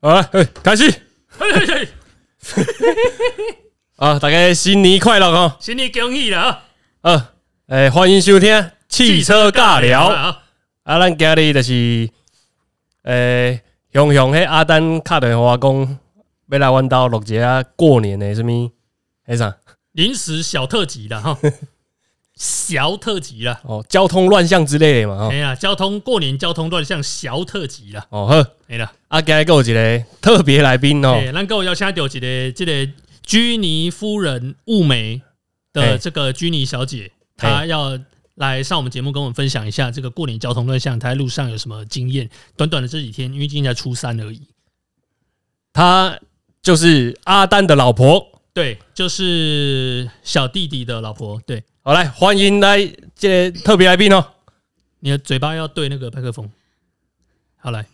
啊，嘿开始！啊，大家新年快乐哦！新年恭喜啦！啊，诶、欢迎收听汽车尬聊。啊，啊，咱今日就是诶，雄雄迄阿丹敲电话讲要来阮兜录一下过年的什物迄啥临时小特辑啦哈，小特辑啦，哦，交通乱象之类的嘛哦哎呀，交通过年交通乱象小特辑啦，哦。哦好，哎啦，啊，今日还有一个特别来宾哦，哎，咱各位要请到一个这个居尼夫人雾梅的这个居尼小姐，她要。来上我们节目，跟我们分享一下这个过年交通乱象，她在路上有什么经验？短短的这几天，因为今天才初三而已。她就是阿丹的老婆。对，就是小弟弟的老婆。对，好，来欢迎来这个特别来宾哦。你的嘴巴要对那个麦克风。好来，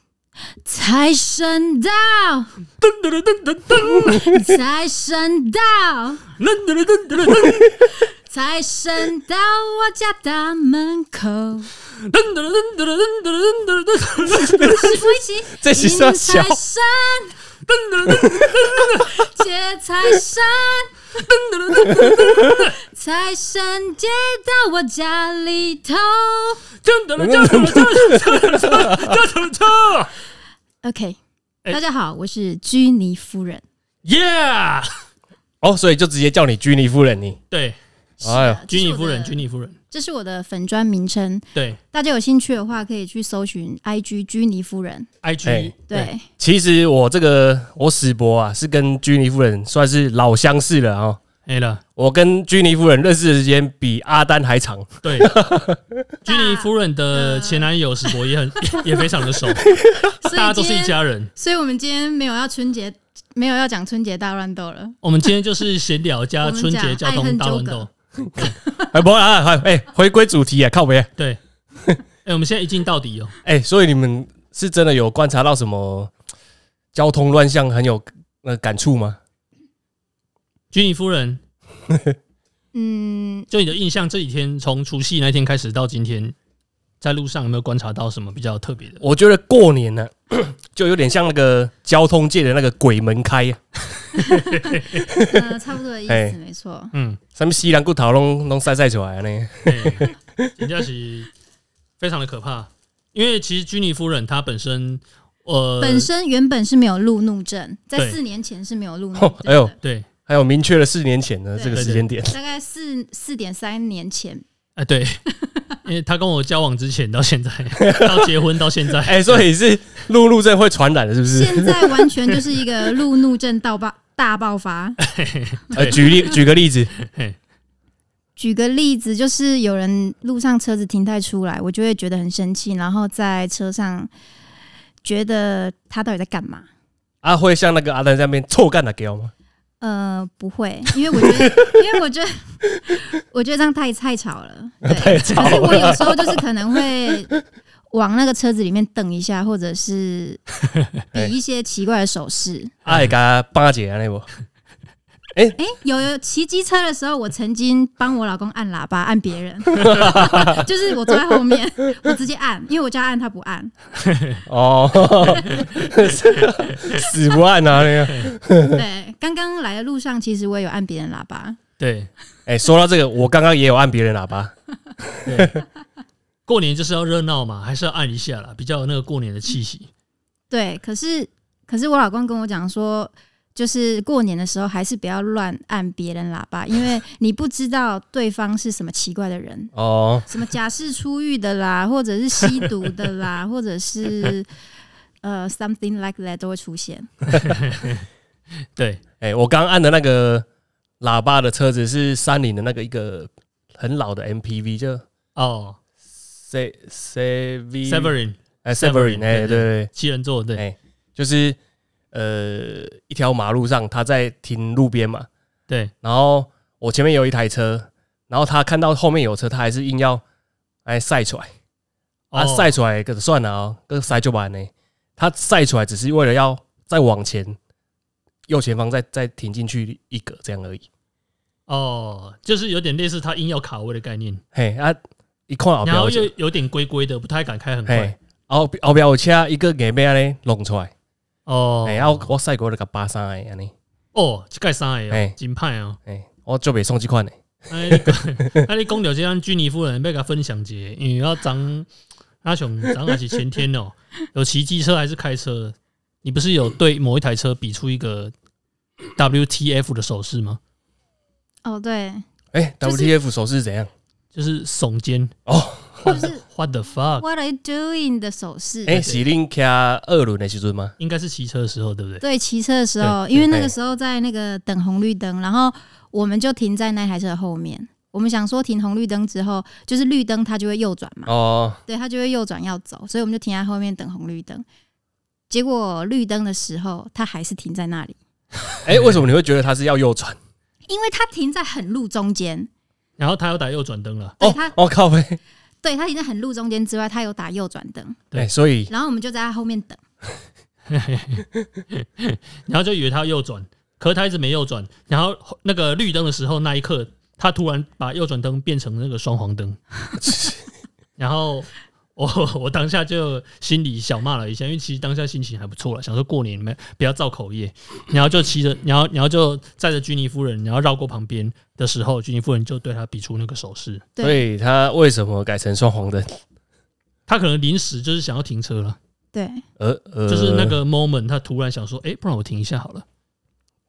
财神到，噔噔噔噔噔财神到，噔噔噔噔噔财神到我家大门口，噔噔噔噔噔噔噔师傅一起 这是啥迎小财神，接财神，财神接到我家里头。噔噔噔噔噔噔噔 OK，哎大家好，我是居尼夫人。 ，Yeah，哦，所以就直接叫你居尼夫人你。对，哎呦，军尼夫人，这是我的军尼夫人，这是我的粉砖名称，对大家有兴趣的话可以去搜寻 IG 居尼夫人。 ，IG，哎对，其实我这个我史博啊，是跟居尼夫人算是老相识了哦。没了，我跟居尼夫人认识的时间比阿丹还长， 对，军尼夫人的前男友史博也很嗯也非常的熟， 所以大家都今是一天家人。所以我们今天没有要春节，没有要讲春节大乱斗了。我们今天就是闲聊加我们春节讲交爱通恨大纠乱葛斗，哎，不啦，哎，哎回归主题啊，靠北，对，哎，我们现在一镜到底哦，哎，所以你们是真的有观察到什么交通乱象很有呃感触吗？军尼夫人，嗯，就你的印象，这几天从除夕那天开始到今天，在路上有没有观察到什么比较特别的？我觉得过年呢、 就有点像那个交通界的那个鬼门开、啊， 呃，差不多的意哎思，没错。嗯，什么西兰骨头拢拢晒晒出来了啊呢？ 对，人家是非常的可怕，因为其实居尼夫人她本身，呃，本身原本是没有路怒症，在对四年前是没有路怒症哦的。哎呦，对，还有明确的四年前的这个时间点，大概四四点三年前，哎、对，因为她跟我交往之前到现在，到结婚到现在，哎、所以是路怒症会传染的，是不是？现在完全就是一个路怒症到爆 大爆发。呃，举例举个例子，举个例子，就是有人路上车子停太出来，我就会觉得很生气，然后在车上觉得他到底在干嘛？啊，会像那个阿丹在那边臭干的给我吗？呃，不会，因为我觉得，因为我觉得， 我觉得这样太太吵了，对 太吵可是我有时候就是可能会往那个车子里面瞪一下，或者是比哎一些奇怪的手势。啊，会甲巴结安尼无？哎、有有骑机车的时候，我曾经帮我老公按喇叭，按 别人，就是我坐在后面，我直接按，因为我叫他按，他不按。哦， 死不按啊！那个，对，刚刚来的路上，其实我也有按别人喇叭。对，哎，说到这个，我刚刚也有按别人喇叭，过年就是要热闹嘛，还是要按一下啦，比较有那个过年的气息。对，可是可是我老公跟我讲说，就是过年的时候还是不要乱按别人喇叭，因为你不知道对方是什么奇怪的人，哦，什么假释出狱的啦，或者是吸毒的啦，或者是呃 something like that 都会出现。对，哎，我刚按的那个喇叭的车子是三菱的那个一个很老的 MPV，就哦 C C V ，Severin 哎 Severin，哎，对对对，七人座，对哎就是呃一条马路上，他在停路边嘛，对，然后我前面有一台车，然后他看到后面有车，他还是硬要哎晒出来。啊，哦晒出来个算了哦，个晒就完呢。他晒出来只是为了要再往前，右前方再再停进去一格这样而已。哦，就是有点类似他硬要卡位的概念，嘿啊，一看后然标后，又有点龟龟的，不太敢开很嘿快。，后后标有车一个硬要安尼弄出来，哦哎、啊，我我赛过那个巴三诶，安尼，哦，这盖啥哎诶，真歹哦。哎、我就袂送即款诶。啊你 讲啊，你讲到这样，居尼夫人被他分享节，因为要张阿雄张阿是前天哦， 有骑机车还是开车？你不是有对某一台车比出一个 WTF 的手势吗？哦，对，哎、就 w 是 t f 手势怎样？就是耸肩哦，或者是，What the fuck？ What are you doing 的手势。哎、是恁骑二轮的时阵吗？应该是骑车的时候，对不对？对，骑车的时候，对因为那对个时候在那个等红绿灯，然后我们就停在那台车的后面。我们想说停红绿灯之后，就是绿灯它就会右转嘛，哦，对，它就会右转要走，所以我们就停在后面等红绿灯。结果绿灯的时候，它还是停在那里，哎、为什么你会觉得他是要右转？因为它停在很路中间。然后他又打右转灯了，对哦他，哦靠呗，对，它停在很路中间之外，它有打右转灯，哎、对所以然后我们就在它后面等。然后就以为他右转，可是他一直没右转。然后那个绿灯的时候，那一刻他突然把右转灯变成那个双黄灯，然后我 我当下就心里小骂了一下，因为其实当下心情还不错了，想说过年你们不要造口业，然后就骑着，然后然后就载着居尼夫人，然后绕过旁边的时候，居尼夫人就对他比出那个手势，对所以他为什么改成双黄灯？他可能临时就是想要停车了，对呃呃，就是那个 moment，他突然想说，哎、不然我停一下好了。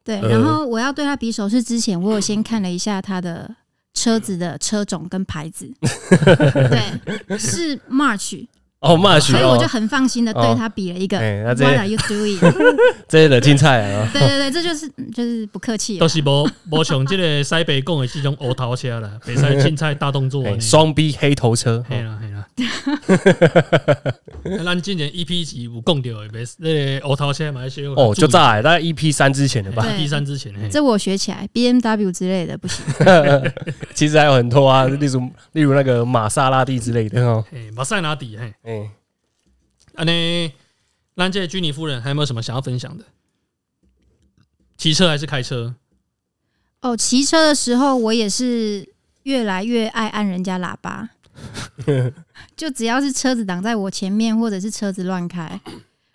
对，呃然后我要对它比手势之前，我有先看了一下它的车子的车种跟牌子，对，是 March。哦，骂许所以我哦就，很放心的对他比了一个、哎那 What 这 are you doing？这些的青菜啊，对对对，这就是嗯就是不客气了都。是 无无像这个西北讲的这种黑头车啦，北使凊彩大动作哎呢。双逼黑头车，嘿啦 嘿啦，啊咱之前 EP 级有讲到的，别那个黑头车买些哦，就炸欸，大概 EP 三之前的吧。 对 EP 三之前，嘿这我学起来，BMW 之类的不行。其实还有很多啊，例如例如那个玛莎拉蒂之类的哦。嘿马赛拿底嘿，哎、安尼，咱这个居尼夫人还有没有什么想要分享的？骑车还是 开车？哦，骑车的时候我也是越来越爱按人家喇叭，就只要是车子挡在我前面，或者是车子乱开。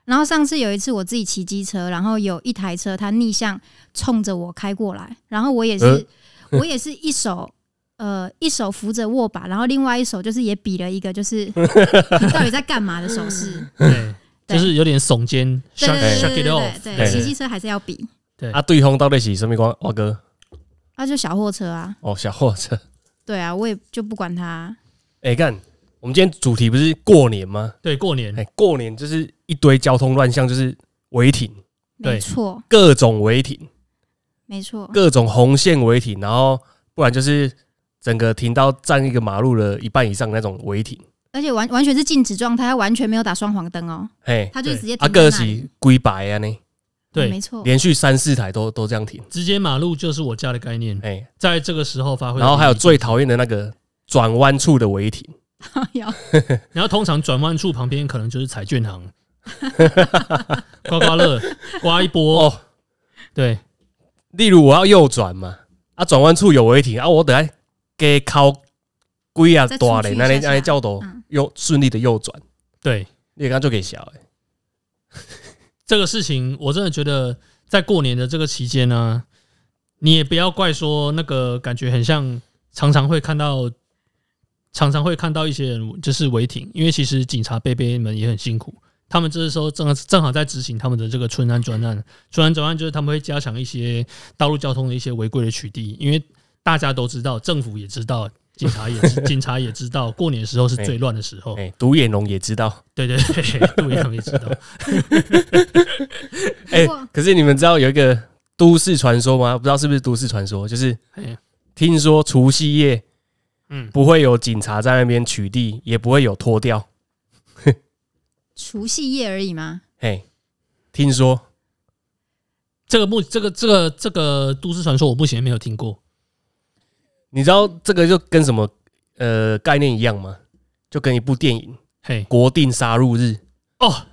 然后上次有一次我自己骑机车，然后有一台车它逆向冲着我开过来，然后我也是、我也是一手。呃，一手扶着握把，然后另外一手就是也比了一个，就是 你到底在干嘛的 手势。对，就对是有点耸肩对，shut 对 shut it 对对 off，对对对，骑机车还是要比，啊，对方到底是什么光？哇哦哥，那就小货车啊，哦，小货车。对啊，我也就不管它啊。哎、看，我们今天主题不是过年吗？对，过年哎、过年就是一堆交通乱象，就是违停，对没错，各种违停，没错，各种红线违停，然后不然就是整个停到占一个马路的一半以上那种违停。而且完完全是静止状态，他完全没有打双黄灯哦，嘿、他就对直接啊，停在个那里。哦是龟白啊呢，对没错，连续三四台都都这样停。直接马路就是我家的概念，哎、在这个时候发挥。然后还有最讨厌的那个转弯处的违停，有哦然后通常转弯处旁边可能就是彩券行， 刮刮乐刮一波，哦对，例如我要右转嘛，啊转弯处有违停啊，我等下给靠龟啊再出去大嘞，那一那下那叫多嗯右顺利的右转，对，你刚就给小哎、这个事情我真的觉得在过年的这个期间呢、你也不要怪说那个感觉很像，常常会看到，常常会看到一些人就是违停，因为其实警察贝贝们也很辛苦。他们这时候正正好在执行他们的这个春安专案，春安专案就是他们会加强一些道路交通的一些违规的取缔，因为大家都知道，政府也知道，警察也知警察也知道，过年的时候是最乱的时候哎、。独眼龙也知道对对对，杜一龙也知道。哎、不过可是你们知道有一个都市传说吗？不知道是不是都市传说，就是哎听说除夕夜嗯，不会有警察在那边取缔，也不会有脱掉，除夕夜而已嘛。嘿、听说这个目这个这个这个都市传说，我目前没有听过。你知道这个就跟什么呃概念一样吗？就跟一部电影《嘿，国定杀戮日》，哦，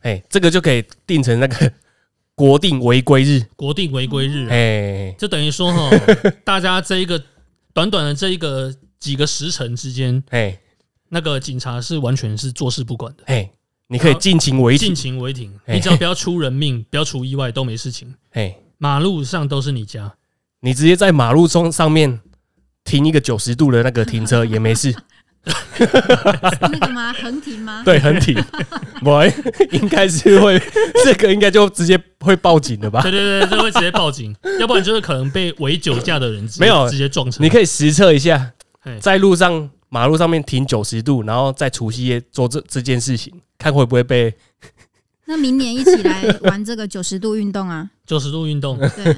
哎，这个就可以定成那个 国定违规日，国定违规日，哎，就等于 说哈，大家这一个短短的这一个几个时辰之间，哎，那个警察是完全是坐视不管的。哎，你可以尽情违尽停，情违停，嘿你只要不要出人命，不要出意外，都没事情。嘿，马路上都是你家，你直接在马路中上面停一个九十度的那个停 车也没事，那个吗？横停吗？对，很 挺。我应该是会， 这个应该就直接会报警了吧？对对对，这会直接报警，要不然就是可能被围酒驾的人直接没有直接撞成你。可以实测一下嘿，在路上马路上面停九十度，然后在除夕夜做这这件事情，看会不会被那明年一起来玩这个九十度运动啊！九十度运动，对，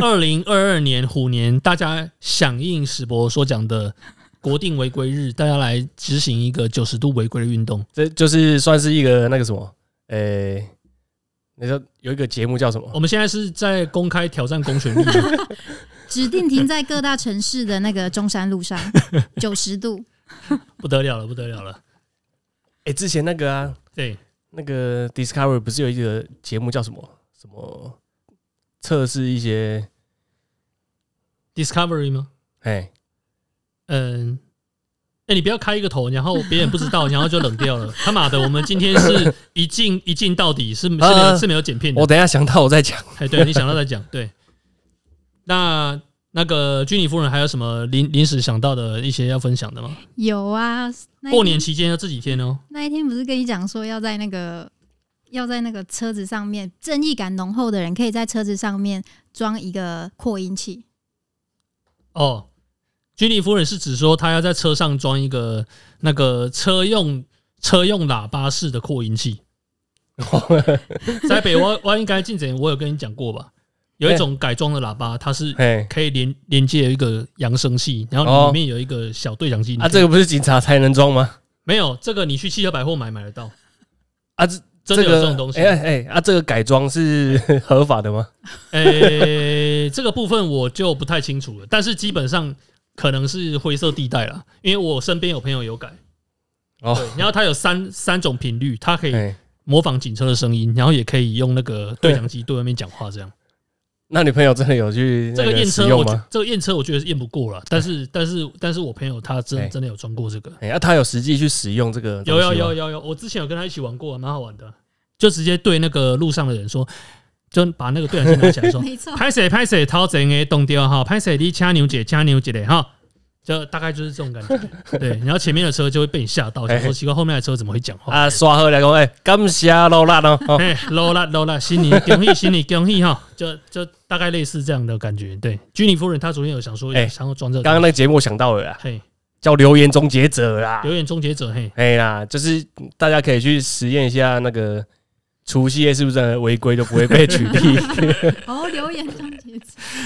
二零二二年虎年，大家响应史博所讲的国定违规日，大家来执行一个九十度违规的运动。这就是算是一个那个什么，呃，那叫有一个节目叫什么？我们现在是在公开挑战公权力吗，指定停在各大城市的那个中山路上，九十度。不得了了，不得了了。哎，之前那个啊，对，那个 Discovery 不是有一个节目叫什么什么测试一些， Discovery 吗？哎，嗯，哎、你不要开一个头，然后别人不知道，然后就冷掉了。他妈的，我们今天是一进一进到底，是是没有、啊是没有剪片 我的。等一下想到我再讲。哎，对你想到再讲。对，那那个居里夫人还有什么临临时想到的一些要分享的吗？有啊，那一天过年期间要这几天哦、那一天不是跟你讲说要在那个要在那个车子上面，正义感浓厚的人可以在车子上面装一个扩音器，哦，居里夫人是指说她要在车上装一个那个车用车用喇叭式的扩音器。在北湾湾应该进前我有跟你讲 过吧？有一种改装的喇叭，它是哎，可以连连接一个扬声器，然后哦里面有一个小对讲机。啊，这个个不是警察才能装吗？没有，这个你去汽车百货买买得到，啊，这真个的有这种东西。哎哎，啊，这个改装是 合法的吗？诶、这个部分我就不太清楚了，但是基本上可能是灰色地带啦，因为我身边有朋友有改。哦，对，然后它有三三种频率，它可以哎，模仿警车的声音，然后也可以用那个对讲机对外面讲 话，这样。那女朋友真的有去这那个验个使车我用觉吗？这个验车我觉得是验不过了，但是但是但是我朋友他真哎真的有装过这个，哎，啊，她有实际去使用这个？有有有，有有有，我之前有跟他一起玩过，蛮好玩的，就直接对那个路上的人说，就把那个对讲机拿起来哦说， 没错，拍谁拍谁掏钱的动掉哈，拍谁你掐牛姐掐牛姐嘞哈。就大概就是这种 感觉，对。然后前面的车就会被你吓到，想说哎奇怪，后面的车怎么会讲话？啊，刷好来讲，哎，感谢老辣哦，哦哎，low 啦 low 啦，新年恭喜新年恭喜哈， 就就大概类似这样的感觉。对，居里夫人她昨天有想说，哎想要装这个，刚刚那个节目我想到了啦，嘿，叫《留言终结者》啦，留言终结者，嘿，哎呀，就是大家可以去实验一下那个除夕夜是不是真的违规就不会被取缔。哦，留言终结者，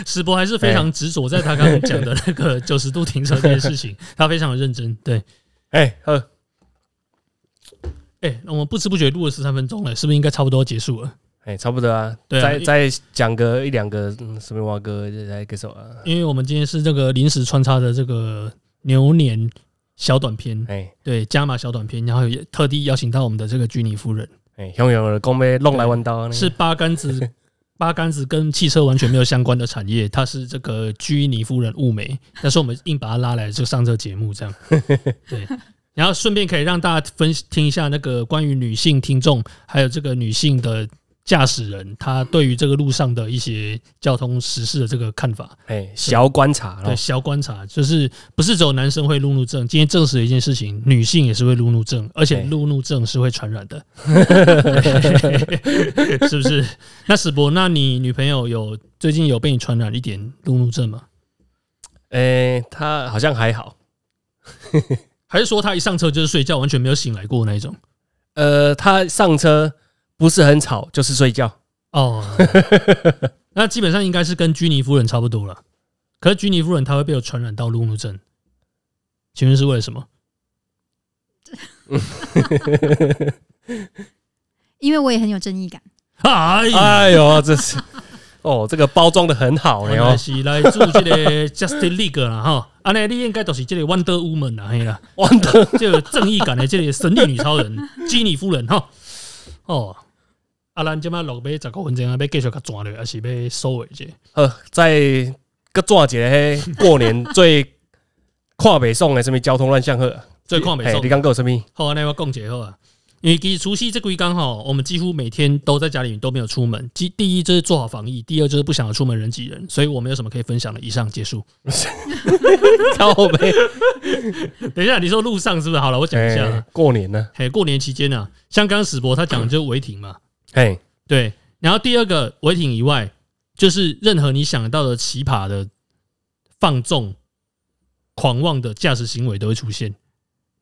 石博还是非常执着在他刚刚讲的那个九十度停车这件事 情，他非常的认真。对，哎，呵，哎，那我们不知不觉录了十三分钟了，是不是应该差不多要结束了？哎，差不多啊，对啊再一再讲个一两个嗯什么蛙哥来个手啊，因为我们今天是这个临时穿插的这个牛年小短片，哎对，加码小短片，然后也特地邀请到我们的这个居里夫人。哎，熊熊的公杯弄来弯刀那个啊是八竿子， 八竿子跟汽车完全没有相关的产业，它是这个居尼夫人物美，但是我们硬把它拉来就上这个节 目这样，对。然后顺便可以让大家分听一下那个关于女性听众，还有这个女性的驾驶人，她对于这个路上的一些交通时事的这个看法。哎小观察对，咯，小观察就是不是只有男生会路怒症，今天证实了一件事情，女性也是会路怒症，而且对路怒症是会传染的，是不是？那史博，那你女朋友有最近有被你传染一点路怒症吗？哎，他好像还好，还是说她一上车就是睡觉，完全没有醒来过那一种？呃，他上车不是很吵，就是睡觉，哦， 那基本上应该是跟居尼夫人差不多了。可是居尼夫人她会被我传染到路怒症，请问是为了什么？因为我也很有正义感。哎呀！哎呦，这是 哦，这个包装的很好嘞原哦来，是来自这个 Justice League 啦哈，安尼你应该就是这个 Wonder Woman 啦，嘿啦，弯的 这个正义感的这个神力女超人基尼夫人哈。哦，啊，咱即摆落尾十五分钟啊，要继续甲转落，还是要收尾者？呃，在个抓节嘿，过年最跨北宋的什么交通乱象呵，最看袂哎嘿你爽。 刚给我什么？好，安尼我讲一下好啊。因为其实除夕这个一刚好，我们几乎每天都在家里都没有出门。第第一就是做好防疫，第二就是不想要出门人挤人，所以我没有什么可以分享的。以上结束。靠背。等一下，你说路上是不是好了？我讲一下啊。哎过年呢，嘿，过年期间呢、啊，像刚刚史博他讲的就是违停嘛，嘿，对。然后第二个违停以外，就是任何你想得到的奇葩的、放纵、狂妄的驾驶行为都会出现。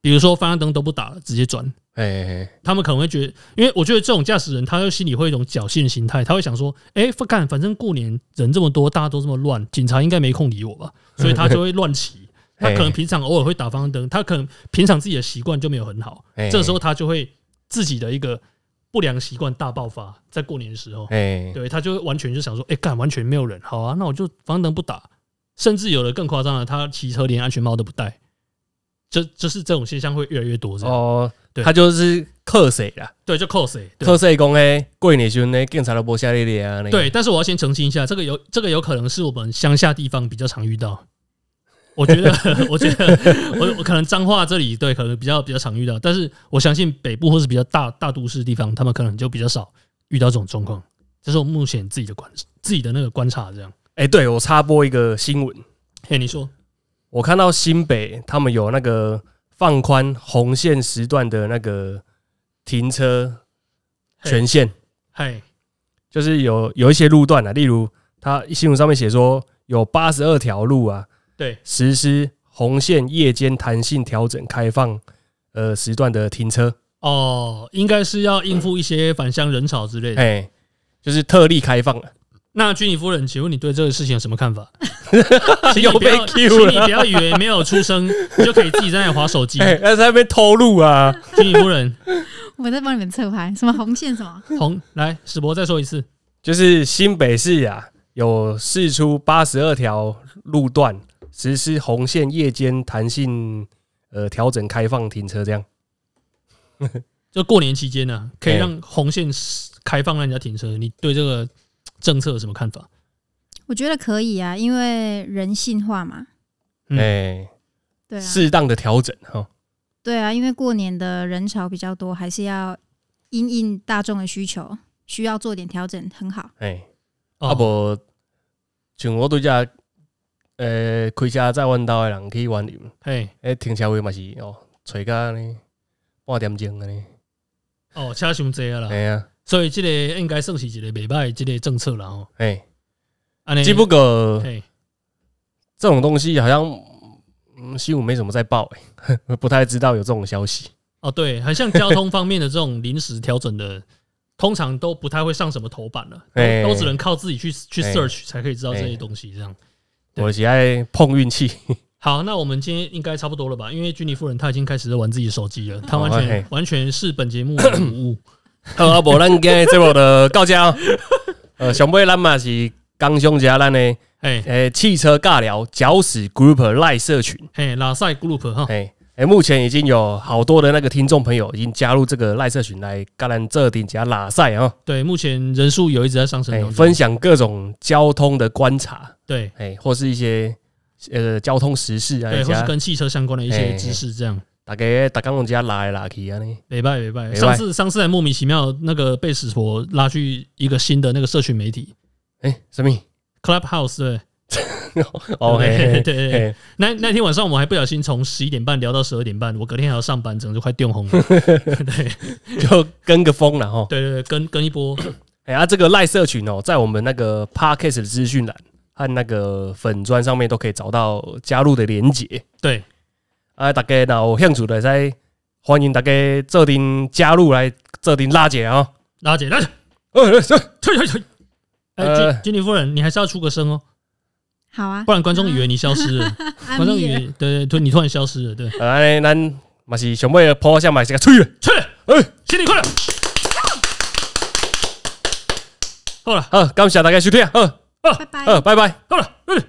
比如说方向灯都不打了，直接转，嘿嘿，他们可能会觉得，因为我觉得这种驾驶人，他会心里会有一种侥幸心态，他会想说，哎、干，反正过年人这么多，大家都这么乱，警察应该没空理我 吧，所以他就会乱骑。他可能平常偶尔会打方向灯，他可能平常自己的习惯就没有很好， 嘿这时候，他就会自己的一个不良习惯大爆发，在过年的时候，嘿，对他就会完全就想说，哎、干，完全没有人，好啊，那我就方向灯不打，甚至有的更夸张了，他骑车连安全帽都不戴，这就是这种现象会越来越多，这样、哦，对他就是克谁啦，对，就 cos 欸、对。克谁讲诶，过年时阵呢，警察都无下你咧啊，对，，但是我要先澄清一下，这个有这个有可能是我们乡下地方比较常遇到。我觉得， 我觉得，我我可能彰化这里对，可能比较比较常遇到，但是我相信北部或是比较大大都市地方，他们可能就比较少遇到这种状况。这是我目前自己的观自己的那个观察，这样。哎，对我插播一个新闻，嘿，你说，我看到新北他们有那个放宽红线时段的那个停车嘿权限，嘿，就是有有一些路段啊，例如他新闻上面写说有八十二条路啊，对，实施红线夜间弹性调整开放呃时段的停车，哦，应该是要应付一些返乡人潮之类的。哎，就是特例开放啊了。那居里夫人，请问你对这个事情有什么 看法？请你又不被要 Q 请你不了，要以为没有出声，你就可以自己在那里划手机。哎，他在那边偷录啊，居里夫人， 我在帮你们侧拍，什么红线什么，红来史博再说一次。就是新北市啊，有释出八十二条路段实施红线夜间弹性呃调整开放停车，这样就过年期间呢、可 以哎让红线开放让人家停车，你对这个政策有什么看法？ 我觉得可以啊，因为人性化嘛，嗯哎，对啊，适当的调整哈，对啊，因为过年的人潮比较多，还是要因应大众的需求，需要做点调整，很好。哎，哦啊无像我对遮呃开车载阮兜的人去园林，嘿，诶停车位嘛是哦，找甲安尼半点钟安尼，哦，车伤济了哎啦，呀，所以这个应该算是一个袂歹的这个政策啦吼。哎，安尼，只不过嘿，这种东西好像嗯新闻没怎么在报，哎， 不太知道有这种消息。哦对，很像交通方面的这种临时调整的，通常都不太会上什么头版了，哎都都只能靠自己去去哎 search 才可以知道这些哎东西这样。对我喜爱碰运气，好，那我们今天应该差不多了吧？因为居里夫人她已经开始在玩自己的手机了，她完哦全嘿完全是本节目的 无误。 好啊，无咱今日节目就到 这哦。呃，上尾咱嘛是刚兄家咱的哎诶汽车尬聊搅屎 Group 赖社群，嘿，哎拉塞 Group 哈，哎哎，目前已经有好多的那个听众朋友已经加入这个赖社群来跟咱这顶加拉赛啊，对，目前人数有一直在上升哎当，中。分享各种交通的观察，对哎，或是一些呃交通时事啊，对，或是加跟汽车相关的一哎些哎知识这样。大家大家拢加拉来拉去啊呢，礼拜礼拜，礼拜上次上次还莫名其妙那个被史婆拉去一个新的那个社群媒体哎，什么？ Clubhouse 对。哦，嘿嘿嘿 对对对嘿那那天晚上我们还不小心从十一点半聊到十二点半，我隔天还要上班，整个就快电红了。 对就跟个风了哈。对对对，跟跟一波，哎、啊，这个赖社群哦，在我们那个 podcast 的资讯栏和那个粉砖上面都可以找到加入的连结。对啊，大家若有兴趣的，再欢迎大家做阵加入来做阵拉姐啊、拉姐拉姐，哦。呃呃退退退！哎，呃经经理夫人，你还是要出个声哦，好啊不，然观众以为你消失了，安观众以利了为对对对，你突然消失了，对。呃，安尼咱嘛是想要破相嘛是个吹了。去，哎，新年快乐！好了，好，感谢大家收听，好，拜拜。 好，拜拜。好了，嗯。